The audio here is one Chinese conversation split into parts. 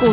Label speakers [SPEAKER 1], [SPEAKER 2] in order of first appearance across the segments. [SPEAKER 1] 股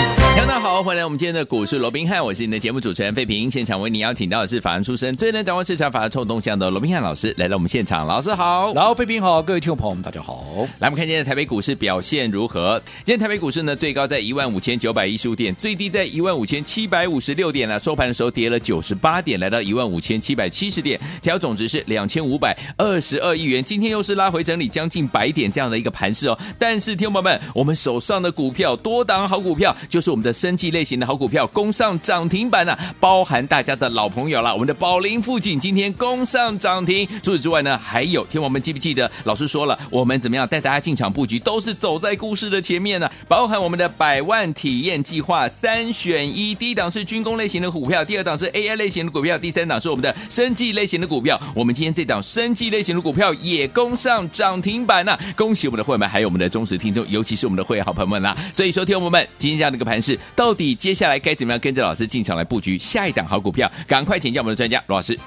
[SPEAKER 2] 大家好，欢迎来我们今天的股市罗宾汉，我是你的节目主持人费平。现场为你邀请到的是法案出身、最能掌握市场法案臭动向的罗宾汉老师来到我们现场，老师 好。
[SPEAKER 3] 然后，飞平好，各位听众朋友们，大家好。
[SPEAKER 2] 来，我们看今天的台北股市表现如何？今天台北股市呢，最高在一万五千九百一十五点，最低在一万五千七百五十六点呢、啊收盘的时候跌了九十八点，来到一万五千七百七十点，调总值是两千五百二十二亿元。今天又是拉回整理将近百点这样的一个盘势哦。但是，听众朋友们，我们手上的股票多档好股票，就是我们的升级类型的好股票，攻上涨停板呢、包含大家的老朋友了，我们的宝林富锦今天攻上涨停。除此之外呢，还哎有听我们记不记得老师说了，我们怎么样带大家进场布局，都是走在故事的前面呢、包含我们的百万体验计划三选一，第一档是军工类型的股票，第二档是 AI 类型的股票，第三档是我们的生技类型的股票。我们今天这档生技类型的股票也攻上涨停板呐、恭喜我们的会员们，还有我们的忠实听众，尤其是我们的会员好朋友们啦。所以说，听众朋友们，今天这样的一个盘势，到底接下来该怎么样跟着老师进场来布局下一档好股票？赶快请教我们的专家罗老师。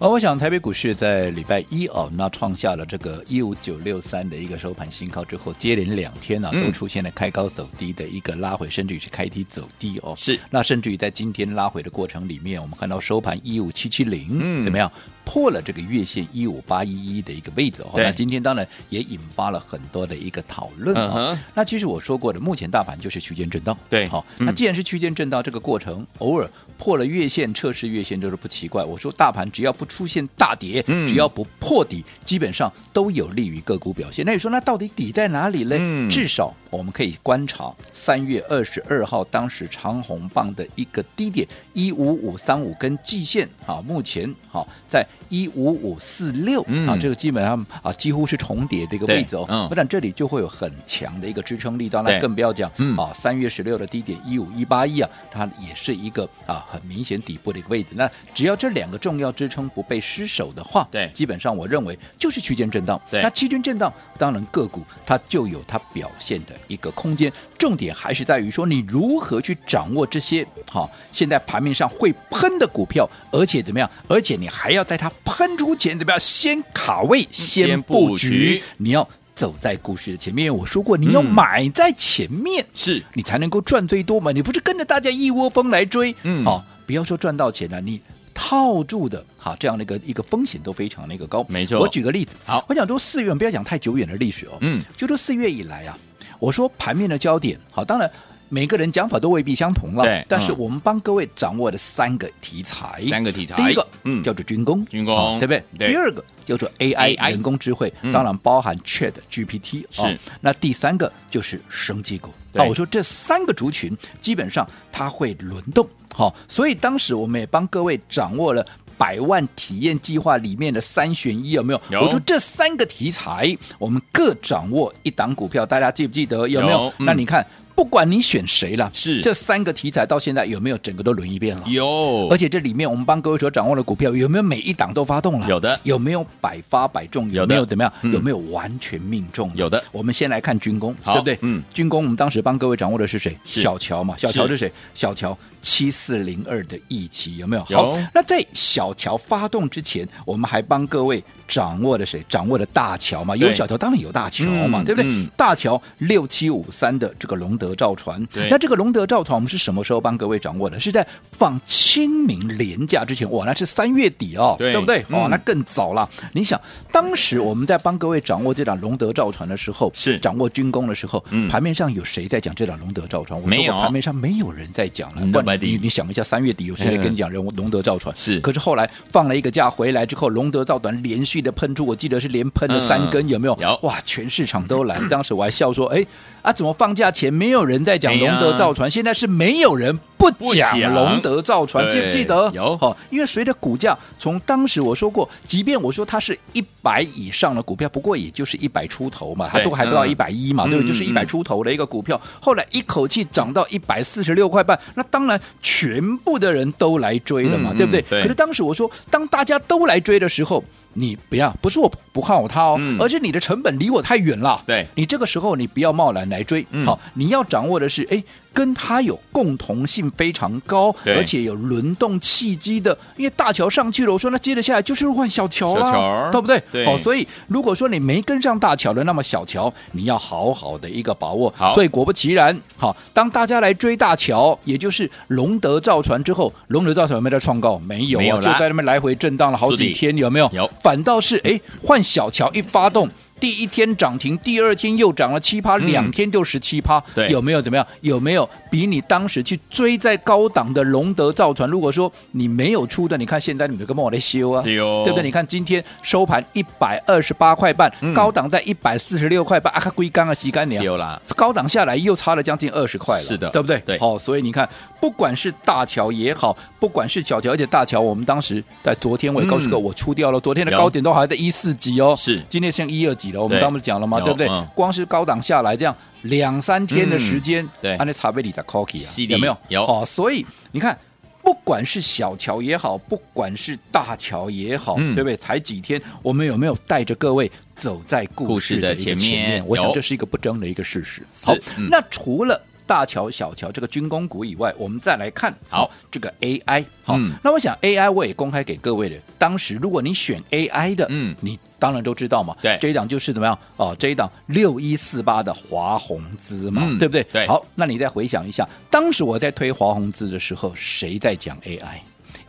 [SPEAKER 3] 呃，我想台北股市在礼拜一哦，那创下了这个一五九六三的一个收盘新高之后，接连两天呢、啊、
[SPEAKER 2] 嗯
[SPEAKER 3] 都出现了开高走低的一个拉回，甚至于是开低走低哦。
[SPEAKER 2] 是
[SPEAKER 3] 那甚至于在今天拉回的过程里面，我们看到收盘一五七七
[SPEAKER 2] 嗯
[SPEAKER 3] 零，怎么样？破了这个月线一五八一一的一个位置哦，
[SPEAKER 2] 对
[SPEAKER 3] 那今天当然也引发了很多的一个讨论啊、
[SPEAKER 2] 嗯哼
[SPEAKER 3] 那其实我说过的，目前大盘就是区间震荡，
[SPEAKER 2] 对
[SPEAKER 3] 好、
[SPEAKER 2] 嗯
[SPEAKER 3] 那既然是区间震荡，这个过程偶尔破了月线、测试月线，这是不奇怪。我说大盘只要不出现大跌，
[SPEAKER 2] 嗯
[SPEAKER 3] 只要不破底，基本上都有利于个股表现。那你说，那到底底在哪里嘞？
[SPEAKER 2] 嗯
[SPEAKER 3] 至少我们可以观察三月二十二号当时长红棒的一个低点一五五三五跟季线啊，目前好、在一五五四六啊
[SPEAKER 2] 嗯，
[SPEAKER 3] 这个基本上啊几乎是重叠的一个
[SPEAKER 2] 对
[SPEAKER 3] 位置哦。
[SPEAKER 2] 嗯
[SPEAKER 3] 不然这里就会有很强的一个支撑力道，
[SPEAKER 2] 对
[SPEAKER 3] 那更不要讲、
[SPEAKER 2] 嗯
[SPEAKER 3] 啊，三月十六的低点一五一八一啊，它也是一个啊很明显底部的一个位置。那只要这两个重要支撑不被失守的话，
[SPEAKER 2] 对
[SPEAKER 3] 基本上我认为就是区间震荡。
[SPEAKER 2] 对
[SPEAKER 3] 那区间震荡，当然个股它就有它表现的一个空间。重点还是在于说你如何去掌握这些好、现在盘面上会喷的股票，而且怎么样？而且你还要在它喷出前怎么样先卡位、
[SPEAKER 2] 先
[SPEAKER 3] 先
[SPEAKER 2] 布
[SPEAKER 3] 布
[SPEAKER 2] 局
[SPEAKER 3] 局，你要走在故事的前面。因为我说过，你要
[SPEAKER 2] 嗯
[SPEAKER 3] 买在前面，
[SPEAKER 2] 是
[SPEAKER 3] 你才能够赚最多嘛。你不是跟着大家一窝蜂来追，
[SPEAKER 2] 嗯
[SPEAKER 3] 好、不要说赚到钱了、你套住的，好这样的一个一个风险都非常的一个高。
[SPEAKER 2] 没错
[SPEAKER 3] 我举个例子，
[SPEAKER 2] 好
[SPEAKER 3] 我讲说四月，我们不要讲太久远的历史哦，
[SPEAKER 2] 嗯，
[SPEAKER 3] 就说四月以来啊，我说盘面的焦点，好，当然。每个人讲法都未必相同了，
[SPEAKER 2] 对
[SPEAKER 3] 但是
[SPEAKER 2] 嗯
[SPEAKER 3] 我们帮各位掌握的三个题材，
[SPEAKER 2] 三个题材
[SPEAKER 3] 第一个，
[SPEAKER 2] 嗯
[SPEAKER 3] 叫做军工，
[SPEAKER 2] 军工
[SPEAKER 3] 好对不对？
[SPEAKER 2] 对
[SPEAKER 3] 第二个叫做 AI,
[SPEAKER 2] AI
[SPEAKER 3] 人工智慧，
[SPEAKER 2] 嗯
[SPEAKER 3] 当然包含 Chat GPT
[SPEAKER 2] 是
[SPEAKER 3] 哦那第三个就是生技股。
[SPEAKER 2] 对
[SPEAKER 3] 那哦我说这三个族群基本上它会轮动，好、所以当时我们也帮各位掌握了。百万体验计划里面的三选一有没有？
[SPEAKER 2] 有
[SPEAKER 3] 我说这三个题材，我们各掌握一档股票，大家记不记得？有没有？
[SPEAKER 2] 有嗯
[SPEAKER 3] 那你看，不管你选谁了，
[SPEAKER 2] 是
[SPEAKER 3] 这三个题材到现在有没有整个都轮一遍了？
[SPEAKER 2] 有
[SPEAKER 3] 而且这里面我们帮各位所掌握的股票，有没有每一档都发动了？
[SPEAKER 2] 有的
[SPEAKER 3] 有没有百发百中？
[SPEAKER 2] 有的
[SPEAKER 3] 没有怎么样？
[SPEAKER 2] 嗯
[SPEAKER 3] 有没有完全命中？
[SPEAKER 2] 有的
[SPEAKER 3] 我们先来看军工，
[SPEAKER 2] 好
[SPEAKER 3] 对不对？
[SPEAKER 2] 嗯，
[SPEAKER 3] 军工我们当时帮各位掌握的是谁？
[SPEAKER 2] 是
[SPEAKER 3] 小乔嘛？小乔
[SPEAKER 2] 是
[SPEAKER 3] 是谁？小乔七四零二的一期有没有？
[SPEAKER 2] 有
[SPEAKER 3] 好，那在小乔发动之前，我们还帮各位掌握了谁？掌握了大乔嘛？有
[SPEAKER 2] 对
[SPEAKER 3] 小乔，当然有大乔嘛，
[SPEAKER 2] 嗯
[SPEAKER 3] 对不对？
[SPEAKER 2] 嗯
[SPEAKER 3] 大乔六七五三的这个龙德造船
[SPEAKER 2] 对，
[SPEAKER 3] 那这个龙德造船我们是什么时候帮各位掌握的？是在放清明连假之前，哇，那是三月底哦，
[SPEAKER 2] 对
[SPEAKER 3] 不对？哦
[SPEAKER 2] 嗯，
[SPEAKER 3] 那更早了。你想，当时我们在帮各位掌握这档龙德造船的时候，
[SPEAKER 2] 是
[SPEAKER 3] 掌握军工的时候，
[SPEAKER 2] 嗯
[SPEAKER 3] 盘面上有谁在讲这档龙德造船？我
[SPEAKER 2] 没
[SPEAKER 3] 说
[SPEAKER 2] 有
[SPEAKER 3] 过，盘面上没有人在讲了。
[SPEAKER 2] Nobody
[SPEAKER 3] 不然你你想一下，三月底有谁在跟你讲人龙德造船？
[SPEAKER 2] 是
[SPEAKER 3] 可是后来放了一个假回来之后，龙德造船连续的喷出，我记得是连喷了三根，
[SPEAKER 2] 嗯
[SPEAKER 3] 有没有？
[SPEAKER 2] 有
[SPEAKER 3] 哇，全市场 都来。当时我还笑说，哎啊，怎么放假前没有人在讲龙德造船？现在是没有人不
[SPEAKER 2] 哎不讲
[SPEAKER 3] 讲龙德造船，记不记得
[SPEAKER 2] 对？有
[SPEAKER 3] 哦，因为随着股价从当时我说过，即便我说它是一百以上的股票，不过也就是一百出头嘛，它
[SPEAKER 2] 对
[SPEAKER 3] 都还不到
[SPEAKER 2] 嗯
[SPEAKER 3] 一百一嘛，对不
[SPEAKER 2] 嗯
[SPEAKER 3] 对？就是
[SPEAKER 2] 嗯
[SPEAKER 3] 一百出头的一个股票，后来一口气涨到一百四十六块半，那当然全部的人都来追了嘛，
[SPEAKER 2] 嗯
[SPEAKER 3] 对不对
[SPEAKER 2] 嗯？对
[SPEAKER 3] 可是当时我说，当大家都来追的时候，你不要，不是我不看好它哦，
[SPEAKER 2] 嗯
[SPEAKER 3] 而是你的成本离我太远了。
[SPEAKER 2] 对
[SPEAKER 3] 你这个时候你不要贸然来追，
[SPEAKER 2] 嗯
[SPEAKER 3] 好，你要掌握的是，哎，跟它有共同性非常高，
[SPEAKER 2] 对
[SPEAKER 3] 而且有轮动契机的，因为大桥上去了，我说那接着下来就是换小桥
[SPEAKER 2] 小
[SPEAKER 3] 啦
[SPEAKER 2] 桥，
[SPEAKER 3] 对不对？
[SPEAKER 2] 对
[SPEAKER 3] 好，所以如果说你没跟上大桥的，那么小桥你要好好的一个把握。
[SPEAKER 2] 好
[SPEAKER 3] 所以果不其然，好，当大家来追大桥，也就是龙德造船之后，龙德造船有没有在创高？没有
[SPEAKER 2] 没有
[SPEAKER 3] 啊，
[SPEAKER 2] 啦
[SPEAKER 3] 就在那边来回震荡了好
[SPEAKER 2] 是
[SPEAKER 3] 几
[SPEAKER 2] 的
[SPEAKER 3] 天，有没有？
[SPEAKER 2] 有
[SPEAKER 3] 反倒是哎，换小乔一发动。第一天涨停，第二天又涨了七趴，
[SPEAKER 2] 嗯
[SPEAKER 3] 两天就十七趴，
[SPEAKER 2] 对
[SPEAKER 3] 有没有怎么样？有没有比你当时去追在高档的龙德造船？如果说你没有出的，你看现在你们有个莫来修啊，
[SPEAKER 2] 对哦
[SPEAKER 3] 对不对？你看今天收盘一百二十八块半，
[SPEAKER 2] 嗯
[SPEAKER 3] 高档在一百四十六块半，啊，它龟缸啊，洗干净。
[SPEAKER 2] 有啦，
[SPEAKER 3] 高档下来又差了将近二十块了，
[SPEAKER 2] 是的
[SPEAKER 3] 对不对？
[SPEAKER 2] 对
[SPEAKER 3] 好、所以你看，不管是大桥也好，不管是小桥，而且大桥我们当时在昨天我也告诉过，
[SPEAKER 2] 嗯
[SPEAKER 3] 我出掉了，昨天的
[SPEAKER 2] 有
[SPEAKER 3] 高点都还在一四级哦，
[SPEAKER 2] 是
[SPEAKER 3] 今天剩一二级了，我们
[SPEAKER 2] 对
[SPEAKER 3] 当时讲了嘛，
[SPEAKER 2] 有
[SPEAKER 3] 对不对
[SPEAKER 2] 嗯？
[SPEAKER 3] 光是高档下来这样两三天的时间，
[SPEAKER 2] 嗯
[SPEAKER 3] 啊
[SPEAKER 2] 对
[SPEAKER 3] 按那茶杯里在 cookie
[SPEAKER 2] 是
[SPEAKER 3] 啊，
[SPEAKER 2] 的
[SPEAKER 3] 有没有？
[SPEAKER 2] 有
[SPEAKER 3] 哦，所以你看。不管是小桥也好，不管是大桥也好，
[SPEAKER 2] 嗯
[SPEAKER 3] 对不对？才几天，我们有没有带着各位走在故
[SPEAKER 2] 故事
[SPEAKER 3] 事
[SPEAKER 2] 的
[SPEAKER 3] 的一个
[SPEAKER 2] 前
[SPEAKER 3] 前面
[SPEAKER 2] 面？
[SPEAKER 3] 我想
[SPEAKER 2] 有
[SPEAKER 3] 这是一个不争的一个事实。
[SPEAKER 2] 是
[SPEAKER 3] 好，
[SPEAKER 2] 嗯
[SPEAKER 3] 那除了。大桥、小桥这个军工股以外，我们再来看
[SPEAKER 2] 好
[SPEAKER 3] 这个 AI。好，
[SPEAKER 2] 嗯
[SPEAKER 3] 那我想 AI 我也公开给各位了。当时如果你选 AI 的，
[SPEAKER 2] 嗯
[SPEAKER 3] 你当然都知道嘛。
[SPEAKER 2] 对
[SPEAKER 3] 这一档就是怎么样哦，这一档六一四八的华宏资嘛，
[SPEAKER 2] 嗯
[SPEAKER 3] 对不对？
[SPEAKER 2] 对
[SPEAKER 3] 好，那你再回想一下，当时我在推华宏资的时候，谁在讲 AI？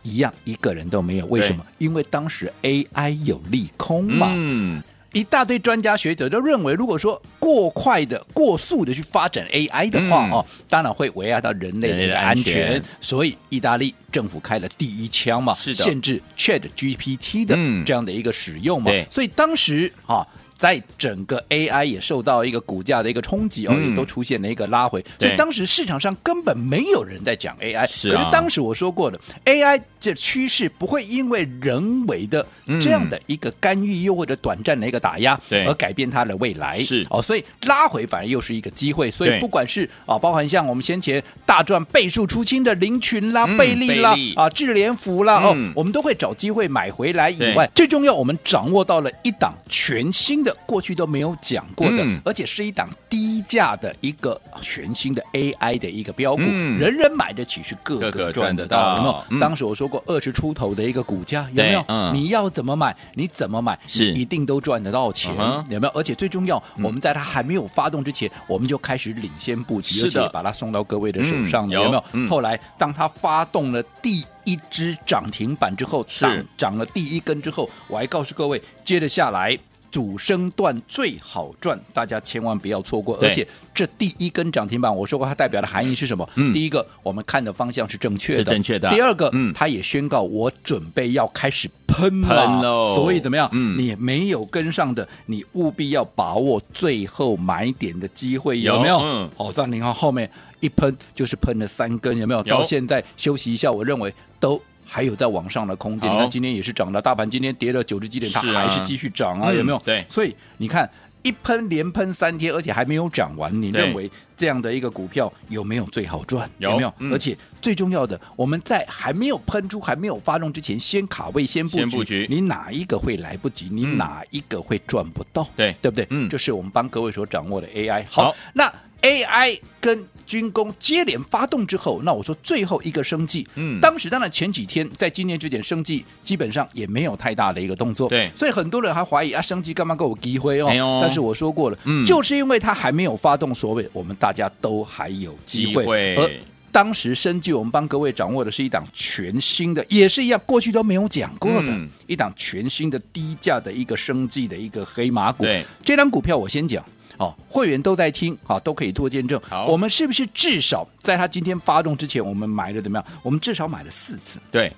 [SPEAKER 3] 一样一个人都没有，为
[SPEAKER 2] 对
[SPEAKER 3] 什么？因为当时 AI 有利空嘛。
[SPEAKER 2] 嗯，
[SPEAKER 3] 一大堆专家学者都认为，如果说过快的、过速的去发展 AI 的话，
[SPEAKER 2] 嗯
[SPEAKER 3] 哦，当然会危害到人类
[SPEAKER 2] 人类的
[SPEAKER 3] 的安
[SPEAKER 2] 安全
[SPEAKER 3] 全。所以，意大利政府开了第一枪嘛，
[SPEAKER 2] 是的
[SPEAKER 3] 限制 Chat GPT 的
[SPEAKER 2] 嗯
[SPEAKER 3] 这样的一个使用嘛。
[SPEAKER 2] 对
[SPEAKER 3] 所以当时啊。在整个 AI 也受到一个股价的一个冲击哦，
[SPEAKER 2] 嗯
[SPEAKER 3] 也都出现了一个拉回，
[SPEAKER 2] 对
[SPEAKER 3] 所以当时市场上根本没有人在讲 AI。
[SPEAKER 2] 是啊
[SPEAKER 3] 可是当时我说过的，AI 这趋势不会因为人为的
[SPEAKER 2] 嗯
[SPEAKER 3] 这样的一个干预，又或者短暂的一个打压，
[SPEAKER 2] 对
[SPEAKER 3] 而改变它的未来。
[SPEAKER 2] 是嗯
[SPEAKER 3] 哦，所以拉回反而又是一个机会。所
[SPEAKER 2] 对
[SPEAKER 3] 以不管是啊，包含像我们先前大赚倍数出清的林群啦、
[SPEAKER 2] 嗯
[SPEAKER 3] 贝利啦
[SPEAKER 2] 贝利、
[SPEAKER 3] 啊智联福啦，
[SPEAKER 2] 嗯
[SPEAKER 3] 哦，我们都会找机会买回来以外，最重要我们掌握到了一档全新的，过去都没有讲过的
[SPEAKER 2] 嗯，
[SPEAKER 3] 而且是一档低价的一个全新的 AI 的一个标股，
[SPEAKER 2] 嗯
[SPEAKER 3] 人人买得起，是个
[SPEAKER 2] 个个
[SPEAKER 3] 个
[SPEAKER 2] 赚
[SPEAKER 3] 赚
[SPEAKER 2] 得
[SPEAKER 3] 得到。有没
[SPEAKER 2] 到嗯
[SPEAKER 3] 有？当时我说过二十出头的一个股价，有没有
[SPEAKER 2] 对？嗯
[SPEAKER 3] 你要怎么买，你怎么买，
[SPEAKER 2] 是
[SPEAKER 3] 你一定都赚得到钱
[SPEAKER 2] 嗯，哼嗯
[SPEAKER 3] 有没有？而且最重要，我们在它还没有发动之前，我们就开始领先布局，
[SPEAKER 2] 是
[SPEAKER 3] 而且
[SPEAKER 2] 的
[SPEAKER 3] 也把它送到各位的手
[SPEAKER 2] 嗯
[SPEAKER 3] 上了，
[SPEAKER 2] 有
[SPEAKER 3] 有没有？
[SPEAKER 2] 嗯
[SPEAKER 3] 后来当它发动了第一只涨停板之后，
[SPEAKER 2] 是
[SPEAKER 3] 涨涨了第一根之后，我还告诉各位，接着下来。主升段最好赚，大家千万不要错过。
[SPEAKER 2] 对
[SPEAKER 3] 而且这第一根涨停板，我说过它代表的含义是什么？
[SPEAKER 2] 嗯
[SPEAKER 3] 第一个，我们看的方向是正确的，
[SPEAKER 2] 是正确的
[SPEAKER 3] 第二个，
[SPEAKER 2] 嗯
[SPEAKER 3] 它也宣告我准备要开始喷了，
[SPEAKER 2] 喷喽
[SPEAKER 3] 所以怎么样？
[SPEAKER 2] 嗯
[SPEAKER 3] 你没有跟上的，你务必要把握最后买点的机会，
[SPEAKER 2] 有
[SPEAKER 3] 有没哦有？
[SPEAKER 2] 嗯
[SPEAKER 3] 好，张林浩后面一喷就是喷了三根，有没有？
[SPEAKER 2] 有
[SPEAKER 3] 到现在休息一下，我认为都。还有在往上的空间，
[SPEAKER 2] 好
[SPEAKER 3] 那今天也是涨了，大盘今天跌了九十几点，它
[SPEAKER 2] 是啊
[SPEAKER 3] 还是继续涨啊，
[SPEAKER 2] 嗯
[SPEAKER 3] 有没有？
[SPEAKER 2] 对
[SPEAKER 3] 所以你看一喷连喷三天，而且还没有涨完，你
[SPEAKER 2] 对
[SPEAKER 3] 认为这样的一个股票有没有最好赚？
[SPEAKER 2] 有
[SPEAKER 3] 没有？
[SPEAKER 2] 嗯
[SPEAKER 3] 而且最重要的，我们在还没有喷出、还没有发动之前，先卡位、先布局，
[SPEAKER 2] 先布局
[SPEAKER 3] 你哪一个会来不及？你
[SPEAKER 2] 嗯
[SPEAKER 3] 哪一个会赚不到？
[SPEAKER 2] 对
[SPEAKER 3] 对不对？
[SPEAKER 2] 嗯
[SPEAKER 3] 这是我们帮各位所掌握的 AI。
[SPEAKER 2] 好
[SPEAKER 3] 那 AI 跟军工接连发动之后，那我说最后一个生计，
[SPEAKER 2] 嗯
[SPEAKER 3] 当时当然前几天在今年之前，生计基本上也没有太大的一个动作，
[SPEAKER 2] 对
[SPEAKER 3] 所以很多人还怀疑啊，生计干嘛给我机会哦？
[SPEAKER 2] 哎呦
[SPEAKER 3] 但是我说过了，
[SPEAKER 2] 嗯
[SPEAKER 3] 就是因为它还没有发动，所谓我们大家都还有机会，
[SPEAKER 2] 机会
[SPEAKER 3] 而当时生计，我们帮各位掌握的是一档全新的，也是一样，过去都没有讲过的、
[SPEAKER 2] 嗯
[SPEAKER 3] 一档全新的低价的一个生计的一个黑马股。
[SPEAKER 2] 对，
[SPEAKER 3] 这张股票我先讲。哦，会员都在听，啊，都可以做见证
[SPEAKER 2] 好。
[SPEAKER 3] 我们是不是至少在它今天发动之前，我们买了怎么样？我们至少买了四次。
[SPEAKER 2] 对，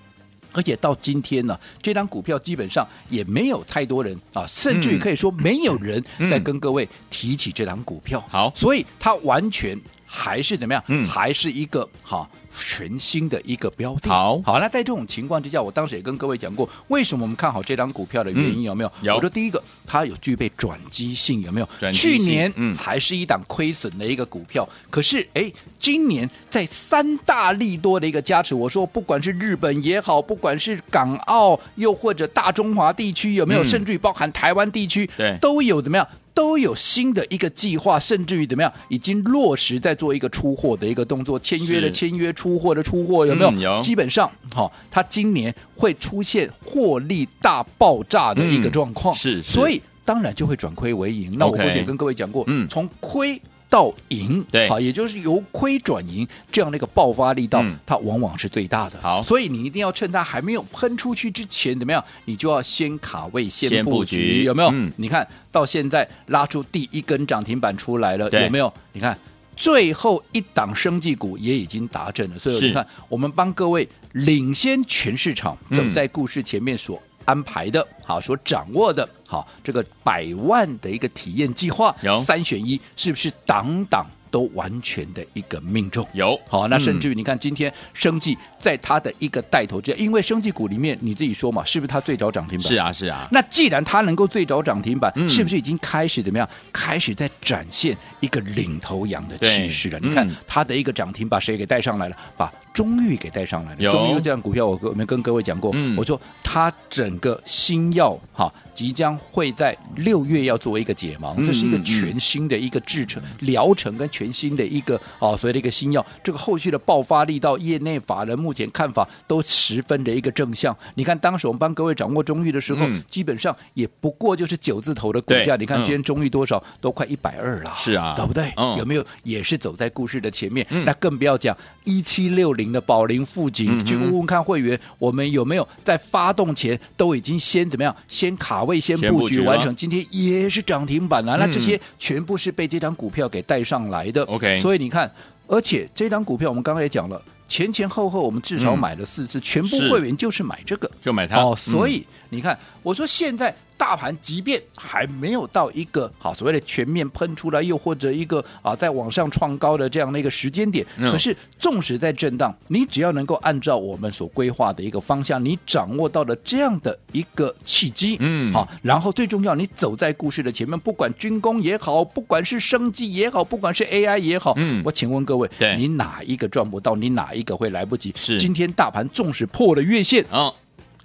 [SPEAKER 3] 而且到今天呢，这张股票基本上也没有太多人啊，甚至于
[SPEAKER 2] 嗯
[SPEAKER 3] 可以说没有人
[SPEAKER 2] 嗯
[SPEAKER 3] 在跟各位提起这张股票。
[SPEAKER 2] 好
[SPEAKER 3] 所以它完全还是怎么样？
[SPEAKER 2] 嗯
[SPEAKER 3] 还是一个哈、全新的一个标的。
[SPEAKER 2] 好
[SPEAKER 3] 好，那在这种情况之下，我当时也跟各位讲过，为什么我们看好这张股票的原因、
[SPEAKER 2] 嗯
[SPEAKER 3] 有没有？
[SPEAKER 2] 有
[SPEAKER 3] 我说第一个，它有具备转机性，有没有？
[SPEAKER 2] 转机
[SPEAKER 3] 去
[SPEAKER 2] 性
[SPEAKER 3] 年
[SPEAKER 2] 嗯
[SPEAKER 3] 还是一档亏损的一个股票，可是哎，今年在三大利多的一个加持，我说不管是日本也好，不管是港澳，又或者大中华地区有没有，
[SPEAKER 2] 嗯
[SPEAKER 3] 甚至于包含台湾地区，
[SPEAKER 2] 对
[SPEAKER 3] 都有怎么样？都有新的一个计划，甚至于怎么样，已经落实在做一个出货的一个动作，签约的
[SPEAKER 2] 是
[SPEAKER 3] 签约，出货的出货，有没有？
[SPEAKER 2] 嗯有
[SPEAKER 3] 基本上，好、它今年会出现获利大爆炸的一
[SPEAKER 2] 嗯
[SPEAKER 3] 个状况，
[SPEAKER 2] 是是
[SPEAKER 3] 所以当然就会转亏为盈。那我
[SPEAKER 2] OK
[SPEAKER 3] 过去也跟各位讲过，
[SPEAKER 2] 嗯
[SPEAKER 3] 从亏。到赢，
[SPEAKER 2] 对
[SPEAKER 3] 好，也就是由亏转盈这样的一个爆发力道，
[SPEAKER 2] 嗯
[SPEAKER 3] 它往往是最大的。
[SPEAKER 2] 好
[SPEAKER 3] 所以你一定要趁它还没有喷出去之前，怎么样？你就要先卡位，
[SPEAKER 2] 先
[SPEAKER 3] 先
[SPEAKER 2] 布
[SPEAKER 3] 布
[SPEAKER 2] 局
[SPEAKER 3] 局，有没有？
[SPEAKER 2] 嗯
[SPEAKER 3] 你看到现在拉出第一根涨停板出来了，
[SPEAKER 2] 对
[SPEAKER 3] 有没有？你看最后一档生技股也已经达阵了，所以
[SPEAKER 2] 是
[SPEAKER 3] 你看我们帮各位领先全市场，
[SPEAKER 2] 嗯
[SPEAKER 3] 走在故事前面所。安排的好，所掌握的好，这个百万的一个体验计划
[SPEAKER 2] 有，
[SPEAKER 3] 三选一，是不是档档都完全的一个命中？
[SPEAKER 2] 有
[SPEAKER 3] 好，那
[SPEAKER 2] 嗯
[SPEAKER 3] 甚至于你看今天生技在它的一个带头之下，因为生技股里面你自己说嘛，是不是它最早涨停板？
[SPEAKER 2] 是啊是啊，
[SPEAKER 3] 那既然它能够最早涨停板，
[SPEAKER 2] 嗯
[SPEAKER 3] 是不是已经开始怎么样？开始在展现一个领头羊的气势了？
[SPEAKER 2] 对
[SPEAKER 3] 你看
[SPEAKER 2] 嗯
[SPEAKER 3] 它的一个涨停把谁给带上来了？把中裕给带上来
[SPEAKER 2] 有
[SPEAKER 3] 了。中裕这样股票，我跟我们跟各位讲过，
[SPEAKER 2] 嗯
[SPEAKER 3] 我说它整个新药哈。即将会在六月要作为一个解盲，
[SPEAKER 2] 嗯
[SPEAKER 3] 这是一个
[SPEAKER 2] 嗯嗯
[SPEAKER 3] 全新的一个制成疗程跟全新的一个哦，所谓的一个新药，这个后续的爆发力到业内法人目前看法都十分的一个正向。你看当时我们帮各位掌握中裕的时候。时候，
[SPEAKER 2] 嗯
[SPEAKER 3] 基本上也不过就是九字头的股
[SPEAKER 2] 对
[SPEAKER 3] 价。你看
[SPEAKER 2] 嗯
[SPEAKER 3] 今天中裕多少，都快一百二了，
[SPEAKER 2] 是啊
[SPEAKER 3] 对不对？
[SPEAKER 2] 嗯
[SPEAKER 3] 有没有也是走在故事的前面？
[SPEAKER 2] 嗯
[SPEAKER 3] 那更不要讲一七六零的宝林富
[SPEAKER 2] 嗯
[SPEAKER 3] 锦，
[SPEAKER 2] 哼
[SPEAKER 3] 去问问看会员，我们有没有在发动前都已经先怎么样，先卡位，先
[SPEAKER 2] 先布
[SPEAKER 3] 布
[SPEAKER 2] 局
[SPEAKER 3] 局
[SPEAKER 2] 了
[SPEAKER 3] 完啊成？今天也是涨停板了，那
[SPEAKER 2] 嗯
[SPEAKER 3] 这些全部是被这张股票给带上来的。
[SPEAKER 2] OK
[SPEAKER 3] 所以你看，而且这张股票我们刚才也讲了。前前后后，我们至少
[SPEAKER 2] 嗯
[SPEAKER 3] 买了四次，全部
[SPEAKER 2] 是
[SPEAKER 3] 会员就是买这个，
[SPEAKER 2] 就买它
[SPEAKER 3] 哦，
[SPEAKER 2] 嗯
[SPEAKER 3] 所以你看，我说现在大盘即便还没有到一个好所谓的全面喷出来，又或者一个啊在往上创高的这样的一个时间点，
[SPEAKER 2] 嗯
[SPEAKER 3] 可是纵使在震荡，你只要能够按照我们所规划的一个方向，你掌握到了这样的一个契机，
[SPEAKER 2] 嗯
[SPEAKER 3] 好，啊然后最重要，你走在故事的前面，不管军工也好，不管是生技也好，不管是 AI 也好，
[SPEAKER 2] 嗯
[SPEAKER 3] 我请问各位
[SPEAKER 2] 对，
[SPEAKER 3] 你哪一个赚不到？你哪一个会来不及？
[SPEAKER 2] 是
[SPEAKER 3] 今天大盘纵使破了月线，
[SPEAKER 2] 嗯，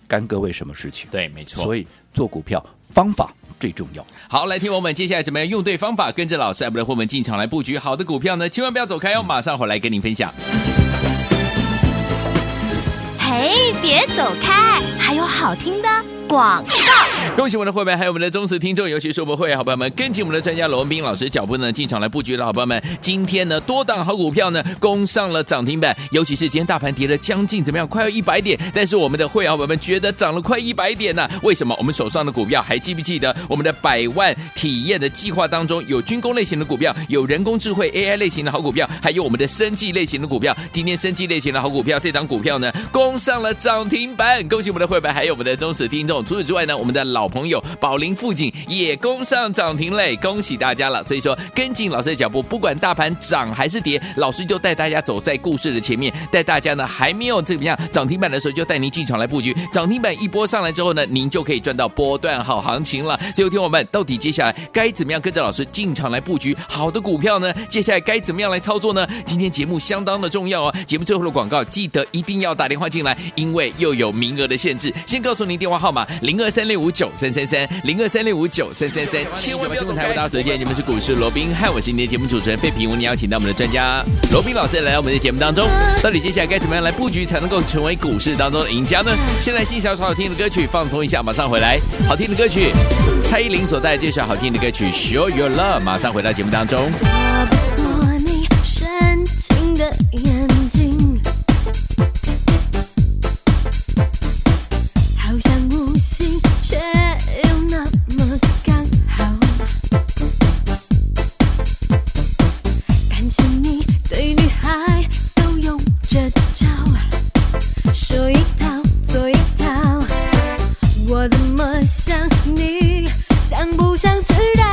[SPEAKER 3] 干各位什么事情？
[SPEAKER 2] 对，没错。
[SPEAKER 3] 所以做股票方法最重要。
[SPEAKER 2] 好，来听我们接下来怎么样用对方法，跟着老师哎爱不的伙伴进场来布局好的股票呢？千万不要走开哦，
[SPEAKER 3] 嗯
[SPEAKER 2] 马上回来跟您分享。
[SPEAKER 1] 嘿，别走开，还有好听的广。
[SPEAKER 2] 恭喜我们的伙伴，还有我们的忠实听众，尤其是我们会员好朋友们，跟紧我们的专家罗文斌老师脚步呢，进场来布局的好朋友们，今天呢多档好股票呢攻上了涨停板，尤其是今天大盘跌了将近怎么样，快要一百点，但是我们的会员好朋友们觉得涨了快一百点呢、为什么？我们手上的股票还记不记得我们的百万体验的计划当中有军工类型的股票，有人工智慧 AI 类型的好股票，还有我们的生技类型的股票，今天生技类型的好股票这档股票呢攻上了涨停板，恭喜我们的会员，还有我们的忠实听众。除此之外呢，我们的老朋友宝林富锦也攻上涨停嘞，恭喜大家了。所以说，跟紧老师的脚步，不管大盘涨还是跌，老师就带大家走在故事的前面，带大家呢还没有怎么样涨停板的时候，就带您进场来布局。涨停板一波上来之后呢，您就可以赚到波段好行情了。所以，听我们到底接下来该怎么样跟着老师进场来布局好的股票呢？接下来该怎么样来操作呢？今天节目相当的重要哦，节目最后的广告记得一定要打电话进来，因为又有名额的限制。先告诉您电话号码零二三六五九三三三零二三六五九三三三，千万不要走开！大家昨天你们是股市罗宾汉，我是您的节目主持人费平，我们邀请到我们的专家罗宾老师来到我们的节目当中。到底接下来该怎么样来布局才能够成为股市当中的赢家呢？先来欣赏一首好听的歌曲，放松一下，马上回来。好听的歌曲，蔡依林所带来这首好听的歌曲《Show Your Love》，马上回到节目当中。
[SPEAKER 4] 打不过你深情的眼睛，好像无心，却又那么刚好。感谢你对女孩都用这招，说一套做一套，我怎么想你，想不想知道？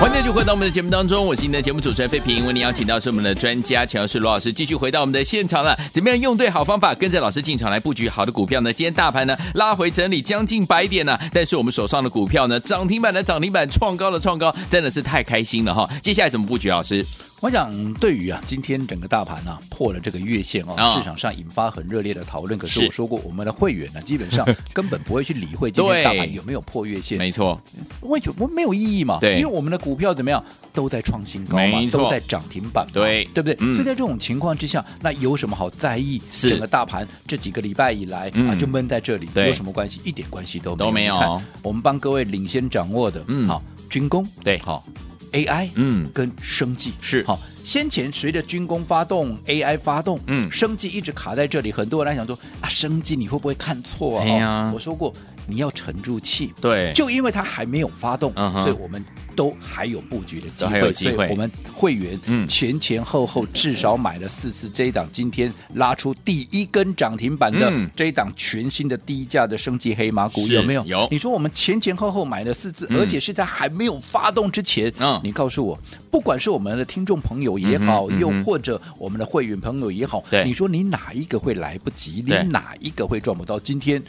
[SPEAKER 2] 欢迎继续回到到我们的节目当中，我是你的节目主持人费平，为您邀请到是我们的专家乔氏罗老师，继续回到我们的现场了。怎么样用对好方法，跟着老师进场来布局好的股票呢？今天大盘呢拉回整理将近百点呢、但是我们手上的股票呢涨停板的涨停板，创高的创高，真的是太开心了哈！接下来怎么布局，老师？
[SPEAKER 3] 我想，对于啊，今天整个大盘啊破了这个月线哦，
[SPEAKER 2] 啊
[SPEAKER 3] 市场上引发很热烈的讨论。可是
[SPEAKER 2] 是
[SPEAKER 3] 我说过，我们的会员呢，基本 上根本不会去理会今
[SPEAKER 2] 对
[SPEAKER 3] 天大盘有没有破月线，
[SPEAKER 2] 没错，
[SPEAKER 3] 为什么没有意义嘛？
[SPEAKER 2] 对
[SPEAKER 3] 因为我们的股票怎么样都在创新高嘛
[SPEAKER 2] 没，错
[SPEAKER 3] 都在涨停板嘛，
[SPEAKER 2] 对
[SPEAKER 3] 对不对？
[SPEAKER 2] 嗯
[SPEAKER 3] 所以在这种情况之下，那有什么好在意？
[SPEAKER 2] 是
[SPEAKER 3] 整个大盘这几个礼拜以来、啊，
[SPEAKER 2] 嗯
[SPEAKER 3] 就闷在这里，
[SPEAKER 2] 对
[SPEAKER 3] 有什么关系？一点关系都没有
[SPEAKER 2] 都没有
[SPEAKER 3] 你看我们帮各位领先掌握的，
[SPEAKER 2] 嗯
[SPEAKER 3] 好，军工，
[SPEAKER 2] 对
[SPEAKER 3] 好，AI，
[SPEAKER 2] 嗯
[SPEAKER 3] 跟生技
[SPEAKER 2] 是
[SPEAKER 3] 好。先前随着军工发动、AI 发动，
[SPEAKER 2] 嗯
[SPEAKER 3] 生技一直卡在这里，很多人还想说啊，生技你会不会看错啊？
[SPEAKER 2] 哎呀
[SPEAKER 3] 哦我说过你要沉住气，
[SPEAKER 2] 对，
[SPEAKER 3] 就因为它还没有发动，
[SPEAKER 2] 嗯哼
[SPEAKER 3] 所以我们都还有布局的机
[SPEAKER 2] 都还
[SPEAKER 3] 会，
[SPEAKER 2] 有机会
[SPEAKER 3] 所以我们会员
[SPEAKER 2] 嗯
[SPEAKER 3] 前前后后至少买了四次这一档，今天拉出第一根涨停板的
[SPEAKER 2] 嗯
[SPEAKER 3] 这一档全新的低价的升级黑马股，
[SPEAKER 2] 是
[SPEAKER 3] 有没有？
[SPEAKER 2] 有
[SPEAKER 3] 你说我们前前后后买了四次，
[SPEAKER 2] 嗯
[SPEAKER 3] 而且是在还没有发动之前，
[SPEAKER 2] 嗯
[SPEAKER 3] 你告诉我，不管是我们的听众朋友也好，
[SPEAKER 2] 嗯哼
[SPEAKER 3] 又
[SPEAKER 2] 嗯哼
[SPEAKER 3] 或者我们的会员朋友也好
[SPEAKER 2] 对，
[SPEAKER 3] 你说你哪一个会来不及？你
[SPEAKER 2] 对
[SPEAKER 3] 哪一个会赚不到？今天。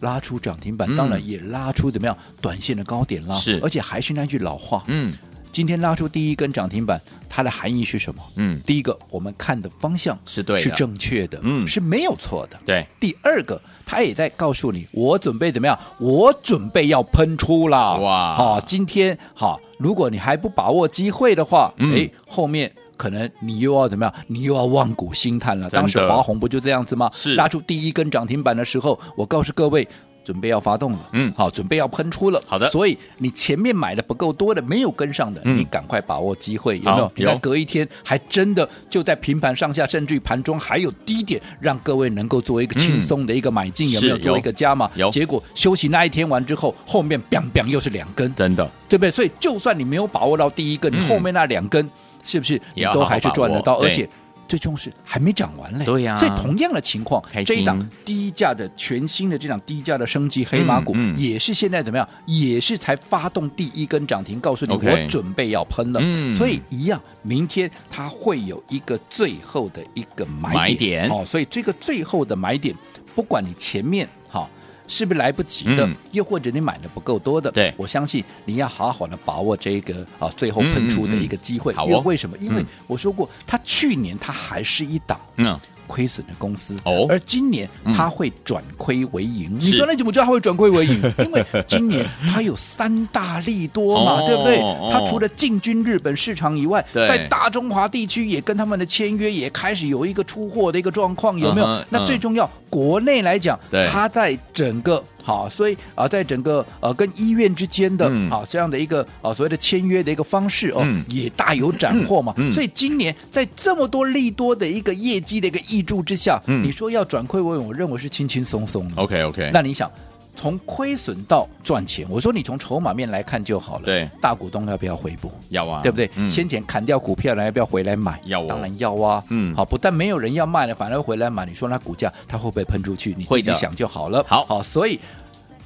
[SPEAKER 3] 拉出涨停板
[SPEAKER 2] 嗯，
[SPEAKER 3] 当然也拉出怎么样短线的高点啦。
[SPEAKER 2] 是
[SPEAKER 3] 而且还是那句老话，
[SPEAKER 2] 嗯
[SPEAKER 3] 今天拉出第一根涨停板，它的含义是什么？
[SPEAKER 2] 嗯，
[SPEAKER 3] 第一个，我们看的方向
[SPEAKER 2] 是对的
[SPEAKER 3] 是正确的，
[SPEAKER 2] 嗯
[SPEAKER 3] 是没有错的。
[SPEAKER 2] 对，
[SPEAKER 3] 第二个，它也在告诉你，我准备怎么样？我准备要喷出了。
[SPEAKER 2] 哇
[SPEAKER 3] 好、今天好、如果你还不把握机会的话，
[SPEAKER 2] 嗯
[SPEAKER 3] 诶，后面。可能你又要怎么样？你又要望股兴叹了。
[SPEAKER 2] 真的
[SPEAKER 3] 当时华虹不就这样子吗？
[SPEAKER 2] 是
[SPEAKER 3] 拉出第一根涨停板的时候，我告诉各位，准备要发动了。
[SPEAKER 2] 嗯
[SPEAKER 3] 好，准备要喷出了。
[SPEAKER 2] 好的
[SPEAKER 3] 所以你前面买的不够多的，没有跟上的，
[SPEAKER 2] 嗯
[SPEAKER 3] 你赶快把握机会，有没
[SPEAKER 2] 好
[SPEAKER 3] 有？你看
[SPEAKER 2] 有
[SPEAKER 3] 隔一天还真的就在平盘上下，甚至于盘中还有低点，让各位能够做一个轻松的一个买进，有没有
[SPEAKER 2] 是
[SPEAKER 3] 做一个加码？
[SPEAKER 2] 有有
[SPEAKER 3] 结果休息那一天完之后，后面 biang biang 又是两根，
[SPEAKER 2] 真的
[SPEAKER 3] 对不对？所以就算你没有把握到第一根，
[SPEAKER 2] 嗯
[SPEAKER 3] 后面那两根是不是
[SPEAKER 2] 也
[SPEAKER 3] 你
[SPEAKER 2] 要好
[SPEAKER 3] 都
[SPEAKER 2] 好
[SPEAKER 3] 还是赚得
[SPEAKER 2] 把
[SPEAKER 3] 到？
[SPEAKER 2] 握
[SPEAKER 3] 而且最终是还没涨完嘞。
[SPEAKER 2] 对呀
[SPEAKER 3] 所以同样的情况
[SPEAKER 2] 开，心
[SPEAKER 3] 这一档低价的全新的这档低价的升级黑马股，
[SPEAKER 2] 嗯嗯
[SPEAKER 3] 也是现在怎么样？也是才发动第一根涨停，告诉你
[SPEAKER 2] OK
[SPEAKER 3] 我准备要喷了。
[SPEAKER 2] 嗯
[SPEAKER 3] 所以一样，明天它会有一个最后的一个买点
[SPEAKER 2] 买点
[SPEAKER 3] 哦。所以这个最后的买点，不管你前面哈、是不是来不及的？
[SPEAKER 2] 嗯
[SPEAKER 3] 又或者你买的不够多的，
[SPEAKER 2] 对嗯
[SPEAKER 3] 我相信你要好好的把握这个啊最后喷出的一个机
[SPEAKER 2] 嗯
[SPEAKER 3] 会。
[SPEAKER 2] 嗯嗯好哦
[SPEAKER 3] 因为为什么？因为
[SPEAKER 2] 嗯
[SPEAKER 3] 我说过，它去年它还是一档
[SPEAKER 2] 嗯
[SPEAKER 3] 亏损的公司，
[SPEAKER 2] 哦
[SPEAKER 3] 而今年
[SPEAKER 2] 嗯
[SPEAKER 3] 它会转亏为盈。
[SPEAKER 2] 是
[SPEAKER 3] 你说那怎么知道它会转 亏为盈？因为今年它有三大利多嘛，
[SPEAKER 2] 哦
[SPEAKER 3] 对不对
[SPEAKER 2] 哦？
[SPEAKER 3] 它除了进军日本市场以外，
[SPEAKER 2] 对
[SPEAKER 3] 在大中华地区也跟他们的签约也开始有一个出货的一个状况，有没
[SPEAKER 2] 嗯哼
[SPEAKER 3] 有？那
[SPEAKER 2] 嗯
[SPEAKER 3] 最重要，国内来讲
[SPEAKER 2] 对，
[SPEAKER 3] 它在整个好，所以啊，在整个呃跟医院之间的
[SPEAKER 2] 嗯
[SPEAKER 3] 啊这样的一个啊所谓的签约的一个方式哦
[SPEAKER 2] 嗯，
[SPEAKER 3] 也大有斩获嘛
[SPEAKER 2] 嗯嗯。
[SPEAKER 3] 所以今年在这么多利多的一个业绩的一个益助之下，
[SPEAKER 2] 嗯哦
[SPEAKER 3] 你说要转亏为盈，我认为是轻轻松松的。
[SPEAKER 2] ，OK OK，
[SPEAKER 3] 那你想，从亏损到赚钱，我说你从筹码面来看就好了。
[SPEAKER 2] 对，
[SPEAKER 3] 大股东要不要回补？
[SPEAKER 2] 要啊，
[SPEAKER 3] 对不对？
[SPEAKER 2] 嗯
[SPEAKER 3] 先前砍掉股票了，要不要回来买？
[SPEAKER 2] 要哦
[SPEAKER 3] 当然要啊。
[SPEAKER 2] 嗯
[SPEAKER 3] 好，不但没有人要卖了，反而回来买。你说那股价它会不会喷出去？你
[SPEAKER 2] 会
[SPEAKER 3] 自
[SPEAKER 2] 的
[SPEAKER 3] 己想就好了。
[SPEAKER 2] 好
[SPEAKER 3] 好，所以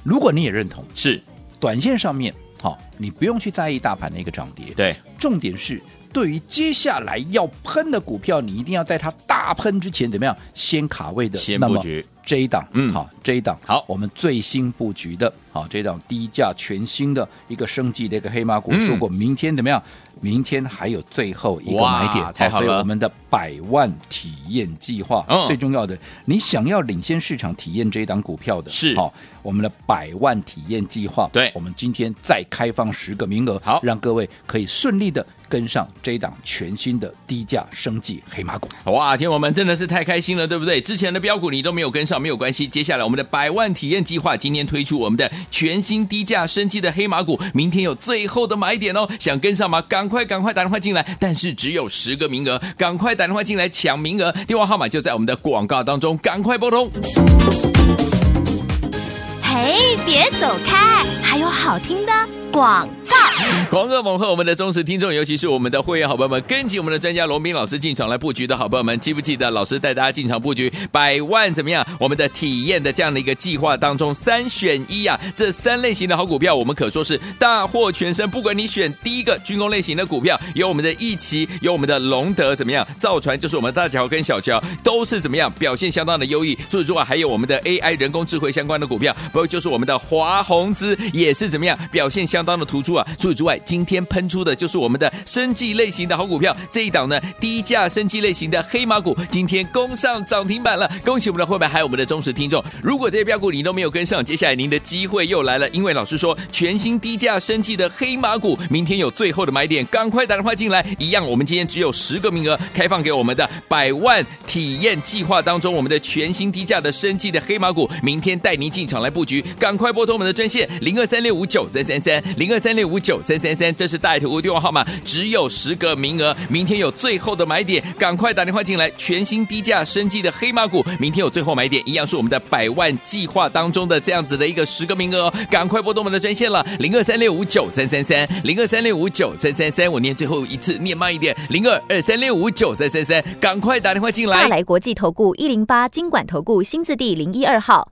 [SPEAKER 3] 如果你也认同，
[SPEAKER 2] 是
[SPEAKER 3] 短线上面，好，你不用去在意大盘的一个涨跌。
[SPEAKER 2] 对，
[SPEAKER 3] 重点是对于接下来要喷的股票，你一定要在它大喷之前怎么样先卡位的，
[SPEAKER 2] 先
[SPEAKER 3] 那么
[SPEAKER 2] 布局
[SPEAKER 3] 这一档，
[SPEAKER 2] 嗯
[SPEAKER 3] 好，这一档
[SPEAKER 2] 好
[SPEAKER 3] 我们最新布局的，好，这一档低价全新的一个升级的一个黑马股，
[SPEAKER 2] 嗯
[SPEAKER 3] 说过明天怎么样？明天还有最后一个
[SPEAKER 2] 哇
[SPEAKER 3] 买点，
[SPEAKER 2] 太好
[SPEAKER 3] 所以
[SPEAKER 2] 了
[SPEAKER 3] 我们的百万体验计划、
[SPEAKER 2] 嗯
[SPEAKER 3] 最重要的，你想要领先市场体验这一档股票的，
[SPEAKER 2] 是
[SPEAKER 3] 好，我们的百万体验计划，
[SPEAKER 2] 对
[SPEAKER 3] 我们今天再开放十个名额，
[SPEAKER 2] 好
[SPEAKER 3] 让各位可以顺利的跟上这一档全新的低价升级黑马股。
[SPEAKER 2] 哇，天王们真的是太开心了，对不对？之前的标股你都没有跟上，没有关系。接下来我们的百万体验计划今天推出我们的全新低价升级的黑马股，明天有最后的买点哦，想跟上吗？赶快赶快打电话进来，但是只有十个名额，赶快打电话进来抢名额，电话号码就在我们的广告当中，赶快拨通。
[SPEAKER 1] 嘿，别走开，还有好听的广告。
[SPEAKER 2] 狂贺猛贺我们的忠实听众，尤其是我们的会员好朋友们，跟紧我们的专家罗斌老师进场来布局的好朋友们，记不记得老师带大家进场布局百万怎么样？我们的体验的这样的一个计划当中，三选一啊，这三类型的好股票，我们可说是大获全胜。不管你选第一个军工类型的股票，有我们的一奇，有我们的隆德，怎么样？造船就是我们大乔跟小乔都是怎么样表现相当的优异。除此之外，还有我们的 AI 人工智慧相关的股票，包括就是我们的华宏资也是怎么样表现相当的突出啊。除此之外，今天喷出的就是我们的生技类型的好股票，这一档呢低价生技类型的黑马股，今天攻上涨停板了，恭喜我们的会员还有我们的忠实听众。如果这些标股你都没有跟上，接下来您的机会又来了，因为老师说全新低价生技的黑马股，明天有最后的买点，赶快打电话进来。一样，我们今天只有十个名额开放给我们的百万体验计划当中，我们的全新低价的生技的黑马股，明天带您进场来布局，赶快拨通我们的专线零二三六五九三三三零二三六五九三三三，这是大爱投顾电话号码，只有十个名额，明天有最后的买点，赶快打电话进来。全新低价生技的黑马股，明天有最后买点，一样是我们的百万计划当中的这样子的一个十个名额、哦，赶快拨通我们的专线了零二三六五九三三三零二三六五九三三三，我念最后一次，念慢一点零二二三六五九三三三，赶快打电话进来
[SPEAKER 5] 大。来国际投顾一零八金管投顾新字第零一二号。